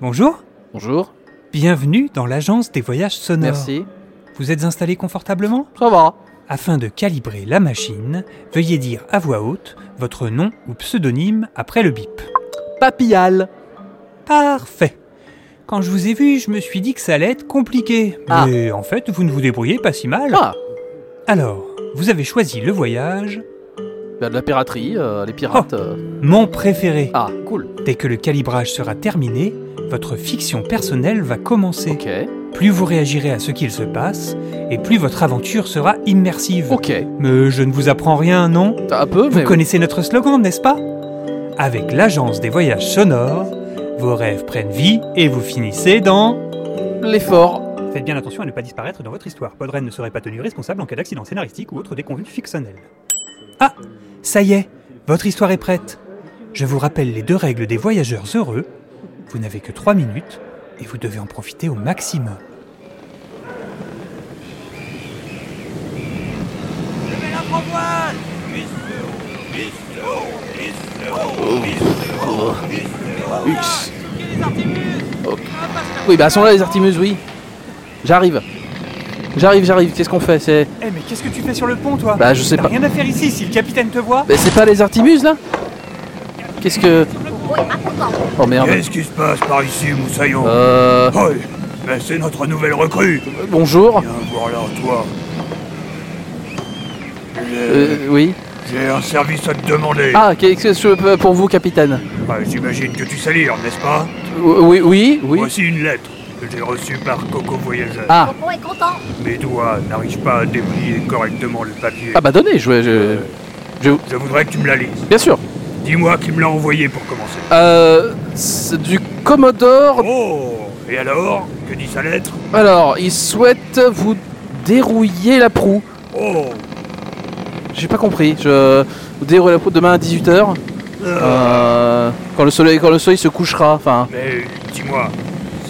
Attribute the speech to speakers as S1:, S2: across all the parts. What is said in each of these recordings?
S1: Bonjour,
S2: Bonjour.
S1: bienvenue dans l'agence des voyages sonores.
S2: Merci.
S1: Vous êtes installé confortablement
S2: Ça va.
S1: Afin de calibrer la machine, veuillez dire à voix haute votre nom ou pseudonyme après le bip.
S2: Papillal.
S1: Parfait. Quand je vous ai vu, je me suis dit que ça allait être compliqué.
S2: Ah.
S1: Mais en fait, vous ne vous débrouillez pas si mal.
S2: Ah,
S1: Alors, vous avez choisi le voyage,
S2: bah, de la piraterie, euh, les pirates. euh.
S1: mon préféré.
S2: Ah, cool.
S1: Dès que le calibrage sera terminé, votre fiction personnelle va commencer.
S2: Ok.
S1: Plus vous réagirez à ce qu'il se passe, et plus votre aventure sera immersive.
S2: Ok.
S1: Mais je ne vous apprends rien, non
S2: Un peu,
S1: Vous
S2: mais.
S1: connaissez notre slogan, n'est-ce pas Avec l'agence des voyages sonores, vos rêves prennent vie et vous finissez dans...
S2: L'effort.
S1: Faites bien attention à ne pas disparaître dans votre histoire. Podren ne serait pas tenu responsable en cas d'accident scénaristique ou autre déconvenue fictionnelle. Ah Ça y est Votre histoire est prête Je vous rappelle les deux règles des voyageurs heureux. Vous n'avez que trois minutes et vous devez en profiter au maximum.
S2: Uss. Ok. Oui, bah, sont là les Artimus, oui. J'arrive. J'arrive, j'arrive. Qu'est-ce qu'on fait C'est.
S1: Eh mais qu'est-ce que tu fais sur le pont toi
S2: Bah, je sais
S1: T'as
S2: pas.
S1: rien à faire ici si le capitaine te voit.
S2: Mais c'est pas les Artimus, là Qu'est-ce que. Oh merde.
S3: Qu'est-ce qui se passe par ici, Moussaillon
S2: Euh.
S3: Oh, mais c'est notre nouvelle recrue
S2: Bonjour.
S3: Viens voir là, toi. J'ai
S2: Euh, oui.
S3: j'ai un service à te demander.
S2: Ah, qu'est-ce que je peux pour vous, capitaine
S3: Ah, J'imagine que tu sais lire, n'est-ce pas
S2: Oui, oui, oui.
S3: Voici une lettre que j'ai reçue par Coco Voyageur.
S2: Ah,
S4: Bon est content.
S3: Mes doigts n'arrivent pas à déplier correctement le papier.
S2: ah bah donnez, je. je... je-
S3: Je voudrais que tu me la lises.
S2: Bien sûr.
S3: Dis-moi qui me l'a envoyé pour commencer.
S2: Euh, c'est du Commodore.
S3: Oh Et alors Que dit sa lettre
S2: Alors, il souhaite vous dérouiller la proue.
S3: Oh
S2: J'ai pas compris. Je vous dérouille la proue demain à 18h. Euh, quand le soleil quand le soleil se couchera, enfin.
S3: Mais dis-moi,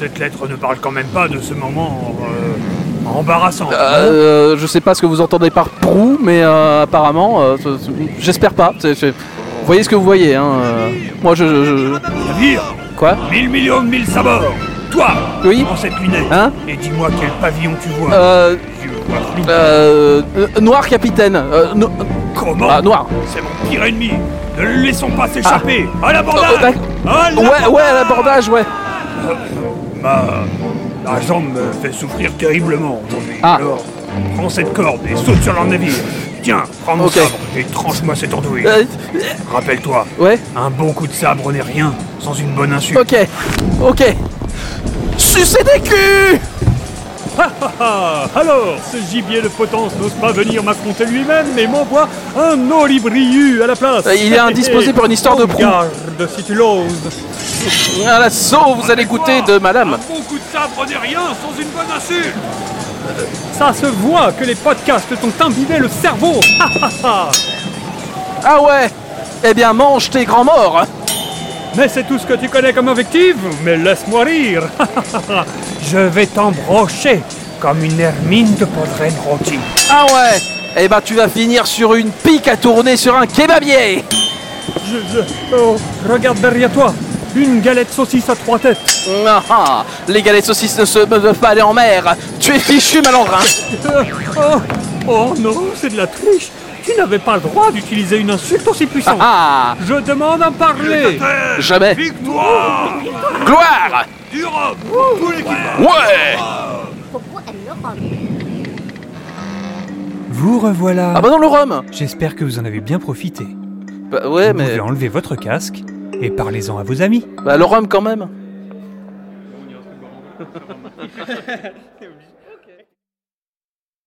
S3: cette lettre ne parle quand même pas de ce moment euh, embarrassant.
S2: Euh, je sais pas ce que vous entendez par proue, mais euh, apparemment, euh, c'est- c'est- j'espère pas. C'est- c'est- Vous voyez ce que vous voyez, hein. euh. Moi, je, je- je-
S3: Navire,
S2: quoi
S3: 1000 millions de hein mille sabords. Toi,
S2: Oui.
S3: prends cette lunette
S2: Hein
S3: et dis-moi quel pavillon tu vois.
S2: Euh,
S3: Je vois flou.
S2: euh, euh, noir capitaine. Euh, no-
S3: Comment
S2: ah, noir.
S3: C'est mon pire ennemi. Ne le laissons pas s'échapper. À l'abordage.
S2: Ah. Oh,
S3: À
S2: Ouais,
S3: l'abordage.
S2: ouais, à l'abordage, ouais.
S3: Ma... ma jambe me fait souffrir terriblement aujourd'hui.
S2: Ah.
S3: Alors, prends cette corde et saute sur leur navire. Tiens, prends mon
S2: Ok.
S3: sabre et tranche-moi cette andouille.
S2: Euh,
S3: Rappelle-toi,
S2: ouais.
S3: un bon coup de sabre n'est rien sans une bonne insulte.
S2: Ok, ok. Sucez Oh, des culs
S5: Ah, alors, ce gibier de potence n'ose pas venir m'affronter lui-même, mais m'envoie un olibriu à la place.
S2: Euh, il est indisposé pour une histoire de proue.
S3: Oh,
S5: Garde si tu l'oses.
S2: À la sauce, vous allez goûter de madame.
S3: bon coup de sabre n'est rien sans une bonne insulte.
S5: Ça se voit que les podcasts t'ont imbibé le cerveau. Ah, ah, ah.
S2: Ah ouais Eh bien, mange tes grands morts
S5: Mais c'est tout ce que tu connais comme invective Mais laisse-moi rire.
S1: Je vais t'embrocher comme une hermine de Podren rôti.
S2: Ah ouais Eh ben, tu vas finir sur une pique à tourner sur un kebabier
S5: Je, je- oh, regarde derrière toi. Une galette saucisse à trois têtes.
S2: Ah ah Les galets de saucisses ne se peuvent pas aller en mer Tu es fichu, malandrin
S5: Euh, oh, oh non, c'est de la triche. Tu n'avais pas le droit d'utiliser une insulte aussi
S2: Ah
S5: puissante.
S2: ah
S5: Je demande à parler. Oh.
S2: Jamais
S3: Victoire
S2: Gloire
S3: du Rhum Tout l'équipage
S2: Ouais
S4: Pourquoi elle le rend
S1: Vous revoilà.
S2: Ah bah non, le rhum
S1: J'espère que vous en avez bien profité.
S2: Bah ouais,
S1: vous
S2: mais...
S1: pouvez enlever votre casque et parlez-en à vos amis.
S2: Bah le rhum quand même